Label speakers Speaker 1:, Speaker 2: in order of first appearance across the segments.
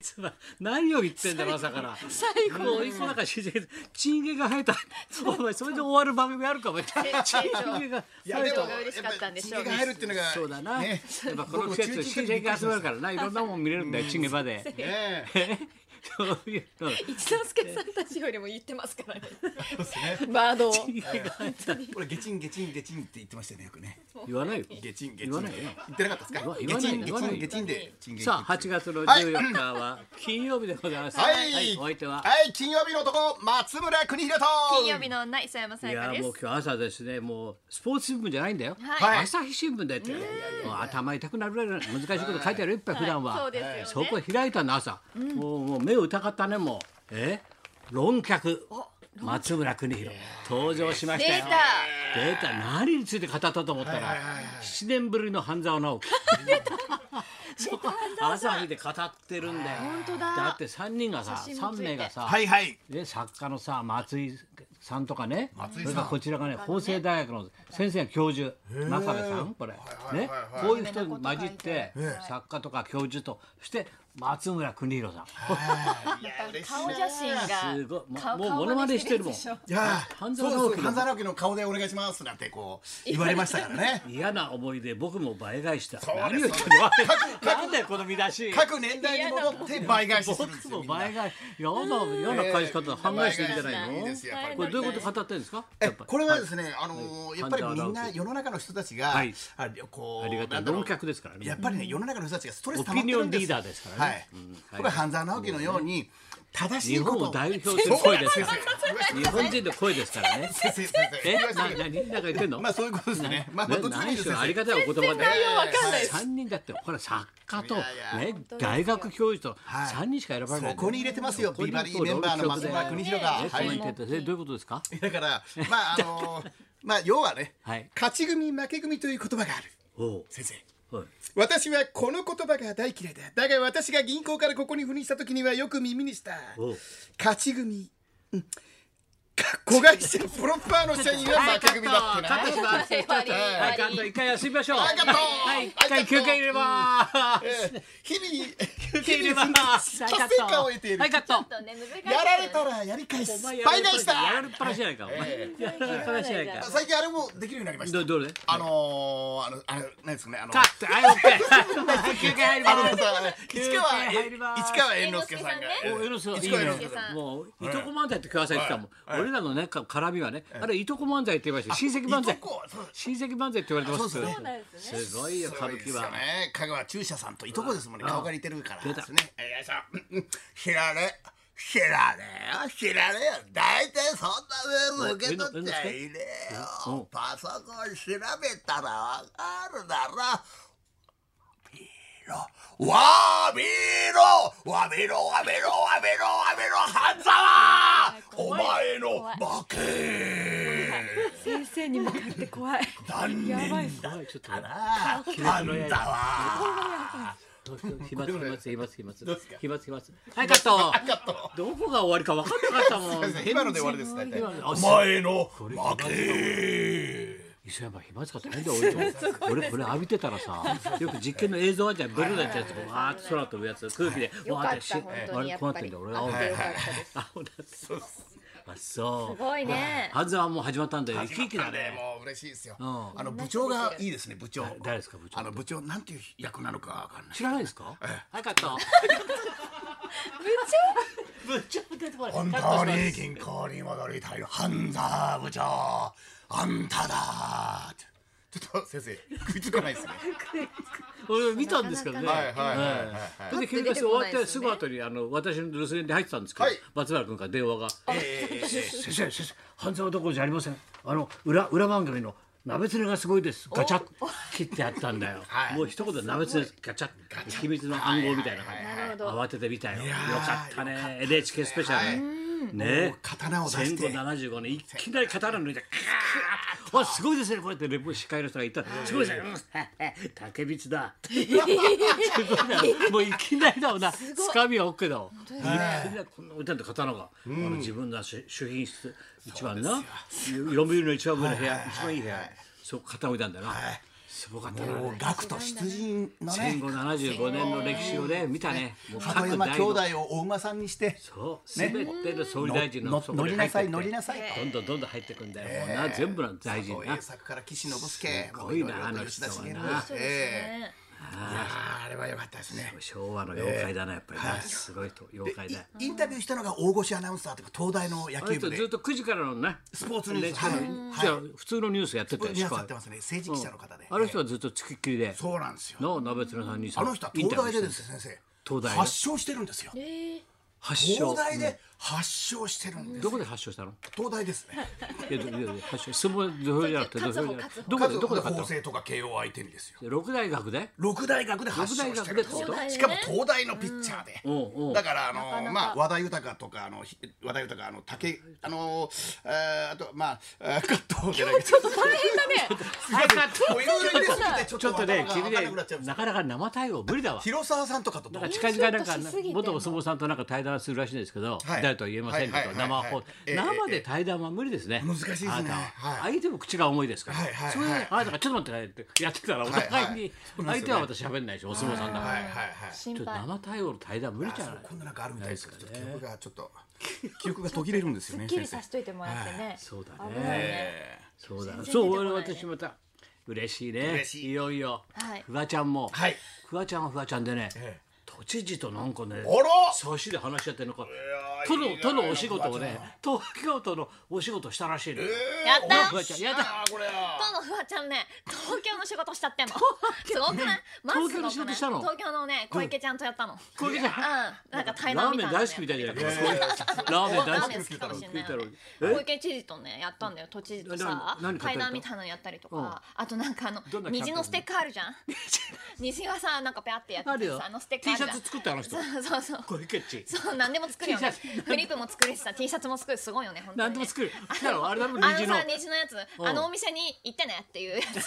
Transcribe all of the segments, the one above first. Speaker 1: つま何を言ってんだよ朝から
Speaker 2: 最後
Speaker 1: もう一個なんかしチンゲが生えたお前それで終わる番組あるかお 前チンゲが
Speaker 3: いや
Speaker 1: 生え
Speaker 3: でも
Speaker 1: た
Speaker 2: が嬉しかったんでしょう
Speaker 3: やっぱチンゲが入るっていうのが
Speaker 1: そうだな、
Speaker 3: ね
Speaker 1: やっぱこの季節チンゲが集まるからないろんなもん見れるんだよチンゲ場で
Speaker 3: ね
Speaker 1: そういうの
Speaker 2: 一之輔さんたちよりも言ってますからね
Speaker 3: そうですね
Speaker 2: ワードを
Speaker 1: チンゲが生えた
Speaker 3: これゲチンゲチンゲチンって言ってましたよねよくね
Speaker 1: 言わないよ
Speaker 3: ゲチンゲ
Speaker 1: 言
Speaker 3: チン
Speaker 1: わないよ
Speaker 3: 言ってなかったですか
Speaker 1: 言わない
Speaker 3: ゲ
Speaker 1: 言わ
Speaker 3: チ
Speaker 1: な
Speaker 3: ン
Speaker 1: い
Speaker 3: ゲチンゲチンでチンゲ
Speaker 1: さあ
Speaker 3: は
Speaker 1: 8月の14日は金曜日でございます
Speaker 3: い
Speaker 1: お相手は、
Speaker 3: はい金曜日の男松村邦弘と
Speaker 2: 金曜日の女磯山さ
Speaker 1: い
Speaker 2: やか
Speaker 1: や
Speaker 2: です
Speaker 1: もう今日朝ですねもうスポーツ新聞じゃないんだよ、
Speaker 2: はい
Speaker 1: 朝日新聞だよってもう頭痛くなるぐらい難しいこと書いてあるよいっぱい普段は、
Speaker 2: そうですよ
Speaker 1: そ
Speaker 2: ね
Speaker 1: こ開いたんだ朝、もうもう目を疑ったねもうえ論客松村邦弘登場しまし
Speaker 2: デ
Speaker 1: た
Speaker 2: ー
Speaker 1: よ
Speaker 2: タ
Speaker 1: データ何について語ったと思ったら7年ぶりの半沢 直樹そう朝日で語ってるんだよ
Speaker 2: 本当だ
Speaker 1: って3人がさ
Speaker 2: 写真も
Speaker 1: 3
Speaker 2: ついて
Speaker 1: 名がさ、
Speaker 3: はいはい
Speaker 1: で作家のさ松井さんとかね
Speaker 3: 松井
Speaker 1: そ
Speaker 3: さん
Speaker 1: れからこちらがね法政大学の先生が教授真壁さんこれ
Speaker 3: いはい
Speaker 1: ね
Speaker 3: はい
Speaker 1: こういう人に混じって
Speaker 3: 有名なこと書いて
Speaker 1: 作家とか教授とそして松村邦洋さん
Speaker 3: いや嬉しい
Speaker 2: 顔写
Speaker 1: す
Speaker 2: 真
Speaker 1: ごいも
Speaker 2: が
Speaker 1: うもうモノマネしてるもん
Speaker 2: 顔真似してるでしょ
Speaker 3: いや
Speaker 1: 半
Speaker 3: 半
Speaker 1: 沢
Speaker 3: 沢
Speaker 1: 直樹
Speaker 3: 直
Speaker 1: の
Speaker 3: 樹半沢直樹の顔でお願いしますなんてこう言われましたからね
Speaker 1: 嫌な思い出僕も倍返した
Speaker 3: うです
Speaker 1: 何を言ってるのなんだよこの見出し
Speaker 3: 各年代に戻って倍返しするんです
Speaker 1: 僕
Speaker 3: よ
Speaker 1: も
Speaker 3: みん
Speaker 1: 倍返し嫌な
Speaker 3: な
Speaker 1: 嫌な返し方半返してるんじゃない
Speaker 3: いい
Speaker 1: の
Speaker 3: ですよやっぱり
Speaker 1: これどういうこと語ってるんですかや
Speaker 3: え
Speaker 1: っぱり
Speaker 3: これはですね、あのーやっぱりみん
Speaker 1: ハ
Speaker 3: な
Speaker 1: ンター直樹
Speaker 3: 世の中の人たちが、
Speaker 1: はい
Speaker 3: あこう
Speaker 1: ありがた
Speaker 3: ないんだろう
Speaker 1: 論客ですからね
Speaker 3: やっぱりね、世の中の人たちがストレス
Speaker 1: オ
Speaker 3: 溜ま
Speaker 1: ピ
Speaker 3: って
Speaker 1: ニオ
Speaker 3: るん
Speaker 1: ン
Speaker 3: で
Speaker 1: リ
Speaker 3: す
Speaker 1: ーダーですからね
Speaker 3: はい
Speaker 1: うんはい
Speaker 3: これ半沢直樹のように正し
Speaker 1: 日
Speaker 3: いこ
Speaker 1: 本
Speaker 3: と
Speaker 1: を
Speaker 3: を
Speaker 1: 代表する声です
Speaker 3: 先
Speaker 1: か
Speaker 3: 生
Speaker 1: ら 日本人の声ですから ね
Speaker 3: 先生先生
Speaker 1: え
Speaker 3: 言わせて
Speaker 1: な
Speaker 3: ください
Speaker 1: 何なんか言ってんの
Speaker 3: まあそういうことですねまあまあどっちでもい
Speaker 1: 何
Speaker 3: いです
Speaker 1: し
Speaker 3: 先
Speaker 1: ろ
Speaker 3: 生
Speaker 1: ありがたいお言葉で
Speaker 2: 内容わかんないです
Speaker 1: 三人だってほら作家と
Speaker 3: い
Speaker 1: ね
Speaker 3: やいや
Speaker 1: 大学教授と
Speaker 3: はい
Speaker 1: 三人しか選ばれない
Speaker 3: そこに入れてますよビバリーメンバーの松村邦弘が
Speaker 1: えそ
Speaker 3: は
Speaker 1: んない言っててえどういうことですか
Speaker 3: だからまああのーまあ要はね、
Speaker 1: はい
Speaker 3: 勝ち組負け組という言葉がある
Speaker 1: おう
Speaker 3: 先生
Speaker 1: はい
Speaker 3: 私はこの言葉が大嫌いだだが私が銀行からここに赴任した時にはよく耳にした
Speaker 1: おう
Speaker 3: 勝ち組うんか子会社プロッパーの社員は負け組だってな
Speaker 1: カットします
Speaker 2: 終わり
Speaker 1: はい、
Speaker 2: 終
Speaker 1: カ
Speaker 2: わ
Speaker 1: ット
Speaker 2: り
Speaker 1: 一回休みましょう。
Speaker 3: はいカット
Speaker 1: はい、一
Speaker 3: はいカッ
Speaker 1: 回
Speaker 3: ト
Speaker 1: 休憩入れます。
Speaker 3: ええ日
Speaker 1: 休
Speaker 3: 々
Speaker 1: 憩入れます。
Speaker 3: 達成感を得ている
Speaker 1: はい、カット。
Speaker 2: ちょっとね難しい
Speaker 3: やられたらやり返す倍返し
Speaker 1: やら
Speaker 3: た
Speaker 1: れっぱなしじゃないか。お前やられっぱなしじゃないか。
Speaker 3: 最近あれもできるようになりまし
Speaker 1: ど
Speaker 3: た
Speaker 1: どれ？
Speaker 3: あのー、あのあれなんですかねあの
Speaker 1: カット。はい、オッケー。休憩入り
Speaker 3: あの
Speaker 1: ます。
Speaker 3: 市川
Speaker 1: 入ります
Speaker 3: 市川猿之助さんがえ
Speaker 1: お
Speaker 3: え
Speaker 1: 江ノ島いい
Speaker 3: 市川
Speaker 1: ね
Speaker 3: 猿
Speaker 2: 助
Speaker 3: 之助
Speaker 2: さん
Speaker 1: もういとこ漫才って桑沢言ってたもん、
Speaker 3: はいはい
Speaker 1: 俺らのねか絡みはね、あれいとこ漫才って言いました親戚漫
Speaker 3: さんい
Speaker 1: 才
Speaker 3: とこそう
Speaker 1: 親戚漫才って言われてます
Speaker 3: そうですねそう
Speaker 2: なんです
Speaker 1: ねすごいよ歌舞伎
Speaker 3: そう
Speaker 1: は、
Speaker 3: ですよね香川中車さんといとこですもんね顔が似てるからですねえーよいしょうんひられひられよひられよ大体そんな上受け取っちゃいねえ
Speaker 1: うん
Speaker 3: よパソコン調べたらわかるだろビーロわびろわびろわびろわびろわびろ半沢お前の負け
Speaker 2: 先生に向かって怖い
Speaker 3: 残
Speaker 2: やば
Speaker 3: 念
Speaker 2: いっす
Speaker 1: はいちょっとね
Speaker 3: だな半沢
Speaker 1: 飛沫飛沫飛沫飛沫
Speaker 3: どうですか
Speaker 1: 飛沫飛沫はいカット
Speaker 3: カット
Speaker 1: どこが終わりか分かんなかったもん
Speaker 3: 今ので終わりです大体
Speaker 1: 今ので
Speaker 3: お前の負け
Speaker 1: 磯山飛沫しか大変だよ俺と俺これ浴びてたらさよく実験の映像あるじゃんブルーなやつやつこうわーって空飛ぶやつ空気で
Speaker 2: よ
Speaker 1: わー
Speaker 2: か
Speaker 1: っ
Speaker 2: ってた本当
Speaker 1: あ
Speaker 2: にや
Speaker 1: れ
Speaker 2: っ
Speaker 1: こうな
Speaker 2: ぱ
Speaker 1: ってん
Speaker 2: り
Speaker 1: だ俺
Speaker 2: あ
Speaker 1: 青
Speaker 2: っ
Speaker 1: だ
Speaker 2: てよかったです
Speaker 1: 青だってあそう
Speaker 2: すごいね
Speaker 1: 半沢もう始まったんで生き生きだね
Speaker 3: もう嬉しいですよ
Speaker 1: ん
Speaker 3: あの部長がいいですね部長
Speaker 1: 誰ですか部長
Speaker 3: あの部長なんていう役なのかわかんない
Speaker 1: 知らないですかはいカット
Speaker 2: 部
Speaker 1: 部長出てこない
Speaker 3: 本当に銀行に戻りたいの半沢部長あんただちょっと先生食いつかない ですね
Speaker 1: 俺見たんですけどね
Speaker 3: はいはいはいはい
Speaker 1: それで喧嘩して終わってすぐ後にあの私の留守電で入ってたんですけど、
Speaker 3: はい
Speaker 1: 松原君から電話が「 先生先生半沢どころじゃありませんあの裏裏番組の鍋つねがすごいですガチャッ切ってやったんだよ、
Speaker 3: はい
Speaker 1: もう一言で鍋つねガチャッ秘密の暗号みたいな、
Speaker 3: はいはい
Speaker 2: 長なるほど
Speaker 1: 慌ててみたよよ
Speaker 3: やー
Speaker 1: かったね NHK スペシャル、ね
Speaker 3: 刀を出して
Speaker 1: 1575年いきなり刀抜いてカーッあすごいですねこうやってレポ司会の人が言ったらすごいですねうん竹光だすごいなもういきなりだもんなつかみは OK だもんいきなりこんな歌って刀が、あの自分の主主品室一番な読売の一番上の部屋、一番いい部屋そこ傾いたんだよな、すごかったな
Speaker 3: もう学徒出陣のね
Speaker 1: 戦後75年の歴史をね見たねもう
Speaker 3: 鳩山兄弟をお馬さんにして
Speaker 1: そうすべての総理大臣の
Speaker 3: の
Speaker 1: そこ
Speaker 3: 乗
Speaker 1: に
Speaker 3: り
Speaker 1: 入
Speaker 3: な
Speaker 1: ってって
Speaker 3: さい乗りなさい
Speaker 1: どんどんどんどん入ってくんだよもうな全部の大臣
Speaker 3: そう
Speaker 1: な
Speaker 3: 栄作から岸信介
Speaker 1: すごいな
Speaker 3: もうろろと吉田茂
Speaker 1: あの人はな
Speaker 2: そうですね。
Speaker 3: ええいやーあれは良かったですね
Speaker 1: 昭和の妖怪だなやっぱりなすごいと妖怪だ
Speaker 3: いインタビューしたのが大越アナウンサーとか東大の野
Speaker 1: あの
Speaker 3: 球
Speaker 1: 人
Speaker 3: 部で
Speaker 1: ずっと9時からのね
Speaker 3: スポーツニュース
Speaker 1: ね
Speaker 3: はい
Speaker 1: じゃ
Speaker 3: は
Speaker 1: あ普通のニュースやってた
Speaker 3: い
Speaker 1: よ
Speaker 3: ニュ
Speaker 1: し
Speaker 3: ースやっ
Speaker 1: か
Speaker 3: てますね政治記者の方で
Speaker 1: あの人はずっとつきっきりで
Speaker 3: そうなんですよ
Speaker 1: の鍋綱さんにさ
Speaker 3: あの人は
Speaker 1: イン
Speaker 3: 東
Speaker 1: タビュー
Speaker 3: 大
Speaker 1: して
Speaker 3: でですね先生
Speaker 1: 東大
Speaker 3: 発症してるんですよ
Speaker 2: ええ
Speaker 1: 発
Speaker 3: 東
Speaker 1: 祥
Speaker 3: 大で発症してるんです
Speaker 1: どこで発祥したの
Speaker 3: 東大ですね
Speaker 1: いやどいやいや発祥相撲土俵じゃなくて土俵じゃなくてどこで
Speaker 3: 数
Speaker 1: どこで買っ
Speaker 3: 々法
Speaker 1: たの
Speaker 3: 政とか慶応相手にですよ
Speaker 1: 六大学で
Speaker 3: 六大学で発症してるんです
Speaker 1: 六
Speaker 3: よ
Speaker 1: 大
Speaker 2: 学で
Speaker 3: しかも東大のピッチャーで、
Speaker 1: うんうんうん
Speaker 3: だからあの
Speaker 2: なか
Speaker 3: まあ和田豊とかあのひ和田豊あの竹あのえーあとまあえー加藤じゃないけど
Speaker 2: ちょっと大変だね。
Speaker 3: もういろいろ入れすぎてちょっ
Speaker 1: ちょっと
Speaker 3: とね
Speaker 1: ね
Speaker 3: 君
Speaker 1: 君
Speaker 3: ね
Speaker 1: ねなかなか生対応無理だわ
Speaker 3: 広沢さんとかとどう
Speaker 1: なんか近々なんか
Speaker 2: 緊張しすぎて
Speaker 1: 元お相撲さんとなんか対談するらしいんですけど、
Speaker 3: はい
Speaker 1: 誰とは言えませんけ
Speaker 3: はい
Speaker 1: ど
Speaker 3: はいは
Speaker 1: 生
Speaker 3: いはい
Speaker 1: 放
Speaker 3: ええ
Speaker 1: 生で対談は無理ですね
Speaker 3: 難しいですね
Speaker 1: あなたは
Speaker 3: は
Speaker 1: 相手も口が重いですから
Speaker 3: はいはいはい
Speaker 1: それであなたがちょっと待ってくれってやってたらお互い
Speaker 3: はいは
Speaker 1: に
Speaker 3: いそうな
Speaker 1: 相
Speaker 3: んです
Speaker 1: 手
Speaker 3: よ
Speaker 1: は
Speaker 3: ね
Speaker 1: 私喋んないしお相撲さんだから
Speaker 3: はいはいはい
Speaker 1: ちょっ
Speaker 2: 心
Speaker 1: と
Speaker 2: 配。
Speaker 1: 生対応の対談無理じゃない
Speaker 3: こんななんかあるみたいですけど、ちょっと記憶がちょっと記憶が途切れるんですよ
Speaker 2: す っ
Speaker 3: ね。
Speaker 2: きり
Speaker 3: 先
Speaker 2: さ
Speaker 3: 生
Speaker 2: せといてもらってね。
Speaker 1: そうだね
Speaker 2: 危ないね。
Speaker 3: えー
Speaker 1: そうだ
Speaker 2: 全然
Speaker 1: そう俺
Speaker 2: 出てこない
Speaker 1: 私また嬉しいね
Speaker 3: 嬉しい
Speaker 1: よいよ
Speaker 2: はい
Speaker 1: フワちゃんも
Speaker 3: はい
Speaker 1: フワちゃんはフワちゃんでね
Speaker 3: ええ
Speaker 1: 都知事となんかね
Speaker 3: あら
Speaker 1: 差しで話し合ってなんか
Speaker 3: いや
Speaker 1: 都
Speaker 3: ーいい
Speaker 1: の
Speaker 3: ね
Speaker 1: 都のお仕事をね東京都のお仕事したらしいのよ
Speaker 2: やった
Speaker 1: フワちゃんやだ
Speaker 3: あーこれは
Speaker 2: 今度フワちゃんね東京の仕事したってんのすごくないまずすご
Speaker 1: 東
Speaker 2: くない
Speaker 1: 京の仕事したの
Speaker 2: 東京のね小池ちゃんとやったの
Speaker 1: 小池ちゃん
Speaker 2: うんなんか対
Speaker 1: ラ
Speaker 2: 談
Speaker 1: ー
Speaker 2: み
Speaker 1: メ
Speaker 2: た
Speaker 1: ン
Speaker 2: いなの
Speaker 1: 大
Speaker 2: や
Speaker 1: 好
Speaker 2: っ
Speaker 1: きみたいじゃない
Speaker 3: いやいやい
Speaker 1: ラ
Speaker 3: や
Speaker 1: ーメン大
Speaker 2: ラ
Speaker 1: 好
Speaker 2: ーメン好きかもしれないよね
Speaker 1: え
Speaker 2: 小池知事とねやったんだよ都知事とさ
Speaker 1: な何買った
Speaker 2: 対談みたいなのやったりと
Speaker 1: うん
Speaker 2: かあとなんかあの
Speaker 1: どんなキャンペーン
Speaker 2: 虹のステッカーあ るじゃん虹がさなんかペアってやって
Speaker 1: あるよ
Speaker 2: さあのステッカ
Speaker 1: T
Speaker 2: ーあ
Speaker 1: シ
Speaker 2: るじ
Speaker 1: ャ
Speaker 2: ゃん
Speaker 1: ツ作ったあの人
Speaker 2: そうそうそう
Speaker 1: 小池っち
Speaker 2: そう何でも作るよね
Speaker 1: T シャツ
Speaker 2: フリップも作るしさ T シャツも作るすごいよね本当にね
Speaker 1: 何でも作るだからあれだもん
Speaker 2: あの
Speaker 1: 虹の
Speaker 2: さ虹のやつ
Speaker 1: うん
Speaker 2: あのお店に行ってねっていうや つ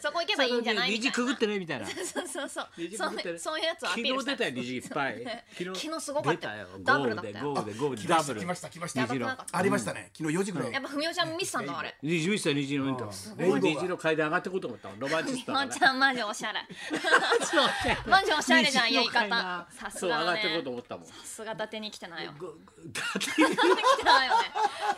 Speaker 2: そこ行けばいいんじゃないみ
Speaker 1: 虹
Speaker 2: たいな
Speaker 1: くぐってねみたいな
Speaker 2: そうそうそう
Speaker 1: 虹
Speaker 2: そ
Speaker 1: くぐって
Speaker 2: う
Speaker 1: ね
Speaker 2: そういうやつをアピールし
Speaker 1: 昨日
Speaker 2: た
Speaker 1: 出たよ虹いっぱい
Speaker 2: 昨日すごかったよ
Speaker 1: 出
Speaker 2: ダブルだったよ
Speaker 1: 豪雨で豪雨で
Speaker 3: 来
Speaker 1: 豪
Speaker 3: ま
Speaker 1: 雨でダ
Speaker 3: した
Speaker 1: ブ
Speaker 3: 来
Speaker 1: ル
Speaker 3: ました来まし
Speaker 2: や
Speaker 3: た
Speaker 2: ばくなかった
Speaker 3: ありましたね昨日4時ぐらい
Speaker 2: やっぱ文雄ちゃんもミスさんのあれ
Speaker 1: 虹見せた虹のインタビューレイ虹の階段上がってこうと思ったのロマンチスト
Speaker 2: 文
Speaker 1: だ
Speaker 2: 雄
Speaker 1: ね
Speaker 2: ちゃんマジおしゃれマ
Speaker 1: マ
Speaker 2: ジおしゃれじゃんやり方さす
Speaker 1: そう上
Speaker 2: が
Speaker 1: が
Speaker 2: だ
Speaker 1: ってこう
Speaker 2: ね
Speaker 1: と思ったもん
Speaker 2: 姿手に来てないよ
Speaker 1: 伊
Speaker 2: 来てないよね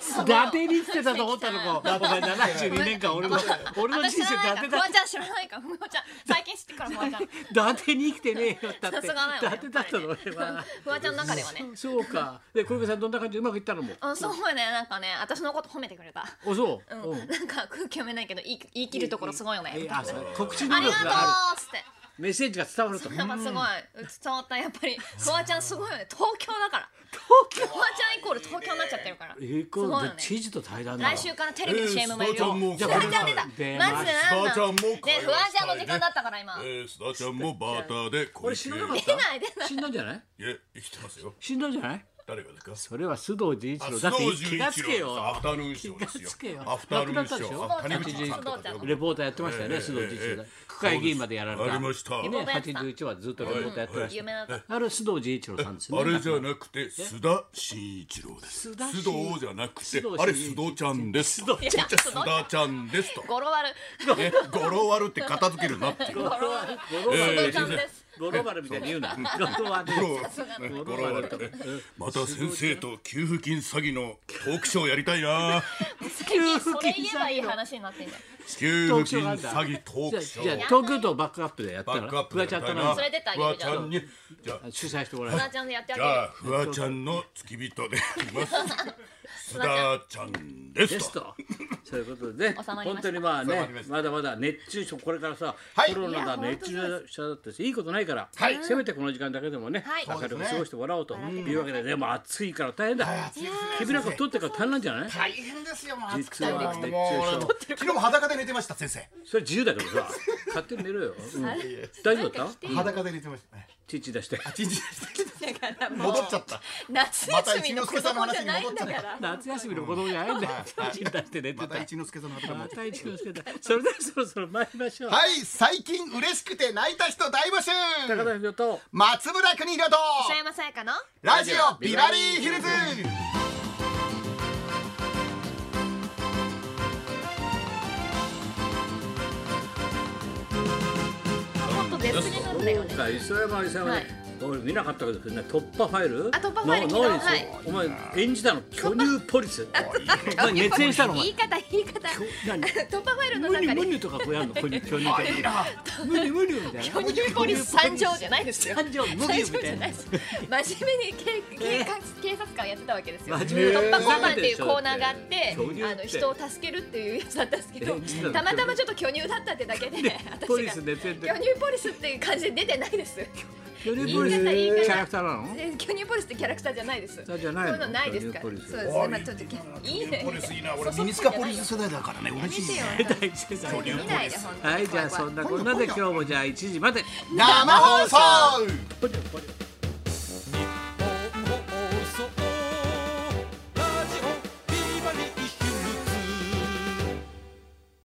Speaker 2: すごいよ
Speaker 1: 達に来てたと思ったのかお前72年間俺の俺の
Speaker 2: 私
Speaker 1: 人
Speaker 2: 知らないから
Speaker 1: 生伊達
Speaker 2: フワ
Speaker 1: だ
Speaker 2: ちゃん知らないからフワちゃん最近知ってからフワちゃん
Speaker 1: 伊達に生きてねえよだって
Speaker 2: さすがだよね
Speaker 1: 伊達だったの俺は
Speaker 2: フワちゃんの中ではね
Speaker 1: そうかで小池さんどんな感じでうまくいったのも
Speaker 2: うんそうねなんかね私のこと褒めてくれた
Speaker 1: おそう
Speaker 2: うん、なんか空気読めないけど言い言い切るところすごいよね。
Speaker 1: え
Speaker 2: あ
Speaker 1: あそう告知能
Speaker 2: り
Speaker 1: 力
Speaker 2: がとう
Speaker 1: があ
Speaker 2: っつって。
Speaker 1: るメッセージが伝わると
Speaker 2: やっぱすごい伝わったやっぱりフワちゃんすごいよね東京だから
Speaker 1: 東
Speaker 2: フワちゃんイコール東京になっちゃってるから
Speaker 1: 京
Speaker 2: すごいよね
Speaker 1: 知事と対談だ
Speaker 2: 来週からテレビの CM もいるよ、
Speaker 3: えー
Speaker 2: じ
Speaker 3: ス
Speaker 2: ゃ
Speaker 3: タ
Speaker 2: あ
Speaker 3: ー
Speaker 2: 出
Speaker 3: ち
Speaker 2: た
Speaker 3: ゃ
Speaker 2: 出
Speaker 3: ん
Speaker 2: た
Speaker 3: も
Speaker 1: 出ました
Speaker 2: まず
Speaker 3: スターちゃ
Speaker 2: な
Speaker 3: ん
Speaker 2: んだ
Speaker 3: も
Speaker 2: ね
Speaker 3: 会話したいね
Speaker 2: フワちゃんの時間だったから今
Speaker 3: え
Speaker 2: 出
Speaker 3: ースタちゃんもバーターで小
Speaker 1: 俺知らなかっ
Speaker 2: ない
Speaker 1: た
Speaker 2: 出ない
Speaker 1: 死んだんじゃない
Speaker 3: え生きてますよ
Speaker 1: 死んだんじゃない
Speaker 3: 誰がですか
Speaker 1: それは須藤純一郎だ
Speaker 3: あ
Speaker 1: って
Speaker 3: 須藤
Speaker 1: 気
Speaker 3: 純一郎
Speaker 1: がつけよ
Speaker 3: アフタヌーンショー
Speaker 1: 気がつ
Speaker 3: で
Speaker 1: け
Speaker 3: す
Speaker 1: よ
Speaker 3: よアフタヌーン
Speaker 1: 亡く
Speaker 3: ショ
Speaker 1: な
Speaker 3: ー
Speaker 1: っ
Speaker 3: あ谷口さん
Speaker 2: 須藤ちゃん
Speaker 3: とか
Speaker 1: レポーターやってましたよね、
Speaker 3: ええ
Speaker 1: 須藤純一
Speaker 3: え
Speaker 1: 郎
Speaker 3: え
Speaker 1: 区会議員までやられた
Speaker 3: ありました
Speaker 1: ね
Speaker 2: レポーターやってた
Speaker 1: 81はずっとレポーターやってました、
Speaker 2: 有名だった
Speaker 1: あれ須藤純一郎さんですね
Speaker 3: あれじゃなくて須田真一郎です
Speaker 1: 須
Speaker 3: 須
Speaker 1: 田真一
Speaker 3: 藤じゃなく
Speaker 1: 須
Speaker 3: て
Speaker 1: 藤真一
Speaker 3: あれ須藤ちゃんです
Speaker 1: 須藤
Speaker 2: いや
Speaker 3: 須田ちゃんですと
Speaker 2: 語呂悪
Speaker 3: ね語呂悪って片付けるなって いう
Speaker 2: 語呂悪
Speaker 1: ゴロ
Speaker 2: 須
Speaker 1: バ
Speaker 2: 藤
Speaker 1: ル
Speaker 2: ちゃんです
Speaker 1: ゴロバルみたいに言うなゴロバル
Speaker 3: 語呂悪ってねまた先生と給付金詐欺のトークショーやりたいな
Speaker 2: 最近それ言えばいい話になってんだよ
Speaker 3: 給
Speaker 1: トー
Speaker 3: 付
Speaker 1: クショーが
Speaker 3: 金
Speaker 1: あ
Speaker 3: 詐
Speaker 1: んだ
Speaker 3: 欺トークショ
Speaker 1: じゃあ
Speaker 3: ー
Speaker 1: じゃあ東京都バックアップでやった
Speaker 3: バ
Speaker 1: ら
Speaker 3: ックアップ
Speaker 1: フワちゃんと
Speaker 3: な
Speaker 1: の
Speaker 2: それ出たら
Speaker 3: フワちゃ
Speaker 2: じゃあ
Speaker 3: んにじゃあ
Speaker 1: 主催してもら
Speaker 2: フ
Speaker 1: え
Speaker 2: ワ
Speaker 1: る
Speaker 2: ちゃんでやってあ
Speaker 3: じ
Speaker 2: げる
Speaker 3: ゃあフワちゃんの付き人であります須田ちゃんで
Speaker 1: ですす
Speaker 3: と
Speaker 1: とそういうことで
Speaker 2: 収まりました
Speaker 1: 本当にまあ
Speaker 3: 収ま
Speaker 1: ね
Speaker 3: りました
Speaker 1: まだまだ熱中症これからさ、
Speaker 3: はい
Speaker 1: コロナだ
Speaker 2: いや
Speaker 1: 熱中症だっていいことないから、
Speaker 3: はい
Speaker 1: せめてこの時間だけでもね、
Speaker 2: はい
Speaker 1: 明るく過ごしてもらおうというわけででも暑いから大変だ、君なんか取ってから大変なんじゃない
Speaker 3: 大変ですよもう暑く
Speaker 1: 実
Speaker 3: てもう
Speaker 1: は熱中症
Speaker 3: 昨日も裸で寝てました先生
Speaker 1: それ自由だけどさ勝手に寝ろ よ、うん大丈夫だった
Speaker 3: 裸で寝てました
Speaker 1: 父出して
Speaker 3: 一日
Speaker 2: だからもう
Speaker 3: 戻っちゃった
Speaker 2: 夏休みの子供じゃないんだから。
Speaker 1: 夏休みの子供じゃないんだ よ父出して寝て
Speaker 3: ま
Speaker 1: た
Speaker 3: た一之輔さんの裸
Speaker 1: ま
Speaker 3: も
Speaker 1: た一度してた それではそろそろ参りましょう、
Speaker 3: はい最近嬉しくて泣いた人大募集
Speaker 1: 高田文夫と
Speaker 3: 松村邦洋と
Speaker 2: 磯山さやかの。
Speaker 3: ラジオビバリーヒルズ
Speaker 2: 別になったよね
Speaker 1: だから磯山さんはね、俺見なかったけど突破ファイル
Speaker 2: あ突破ファイル
Speaker 1: の
Speaker 2: 昨日
Speaker 1: のですよ
Speaker 2: はい
Speaker 1: お前演じたの巨乳ポリスお前熱演したのお前
Speaker 2: 言い方言い方
Speaker 1: 巨 何
Speaker 2: 突破ファイルの
Speaker 1: ムニ
Speaker 2: 中
Speaker 1: ュム
Speaker 2: に
Speaker 1: ニュとかこうや るの巨乳巨乳
Speaker 3: あいいな
Speaker 1: ムニュムニュみたいな
Speaker 2: 巨乳ポリス参上じゃないですよ
Speaker 1: 参上ムニ
Speaker 2: 最
Speaker 1: ュ
Speaker 2: 初
Speaker 1: みた
Speaker 2: じゃ
Speaker 1: い
Speaker 2: な
Speaker 1: ない
Speaker 2: です真面目に警警察警察官やってたわけですよ
Speaker 1: 真面目
Speaker 2: 突破交番っていうコーナーがあって
Speaker 1: 巨乳って
Speaker 2: あの人を助けるっていうやつだったんですけど
Speaker 1: え実は
Speaker 2: たまたまちょっと巨乳だったってだけで
Speaker 1: ポ
Speaker 2: 私
Speaker 1: リ
Speaker 2: が
Speaker 1: ス
Speaker 2: 巨
Speaker 1: 熱演で
Speaker 2: 乳ポリスっていう感じで出てないです
Speaker 1: 巨乳ポリスキ
Speaker 2: 言い方言い方
Speaker 1: ャラクターなの
Speaker 2: え巨乳ポリスってキャラクターじゃないです
Speaker 1: そうじゃないの
Speaker 2: そういうのないですからそ
Speaker 1: 巨
Speaker 2: う
Speaker 1: 乳ポリス
Speaker 2: ですねまあちょっといいね
Speaker 3: ポリスいいな俺ミニスカポリス世代だからね嬉 しいね
Speaker 2: 見てよ
Speaker 1: 大事です
Speaker 2: 見ないで本当に
Speaker 1: はいじゃあそんなこんなで今日もじゃあ1時まで
Speaker 3: 生放送
Speaker 1: ポニョポニョ